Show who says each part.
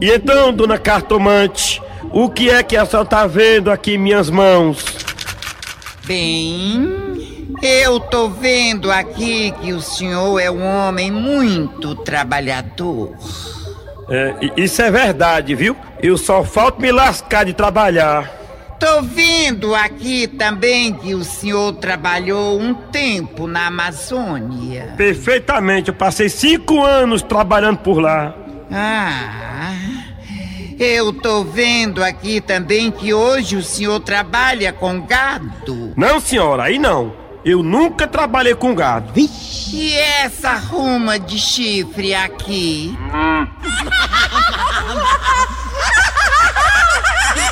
Speaker 1: E então, dona cartomante, o que é que a senhora tá vendo aqui em minhas mãos?
Speaker 2: Bem, eu tô vendo aqui que o senhor é um homem muito trabalhador.
Speaker 1: É, i- isso é verdade, viu? Eu só falta me lascar de trabalhar.
Speaker 2: Tô vendo aqui também que o senhor trabalhou um tempo na Amazônia.
Speaker 1: Perfeitamente, eu passei cinco anos trabalhando por lá.
Speaker 2: Ah, eu tô vendo aqui também que hoje o senhor trabalha com gado.
Speaker 1: Não, senhora, aí não. Eu nunca trabalhei com gado.
Speaker 2: E essa ruma de chifre aqui?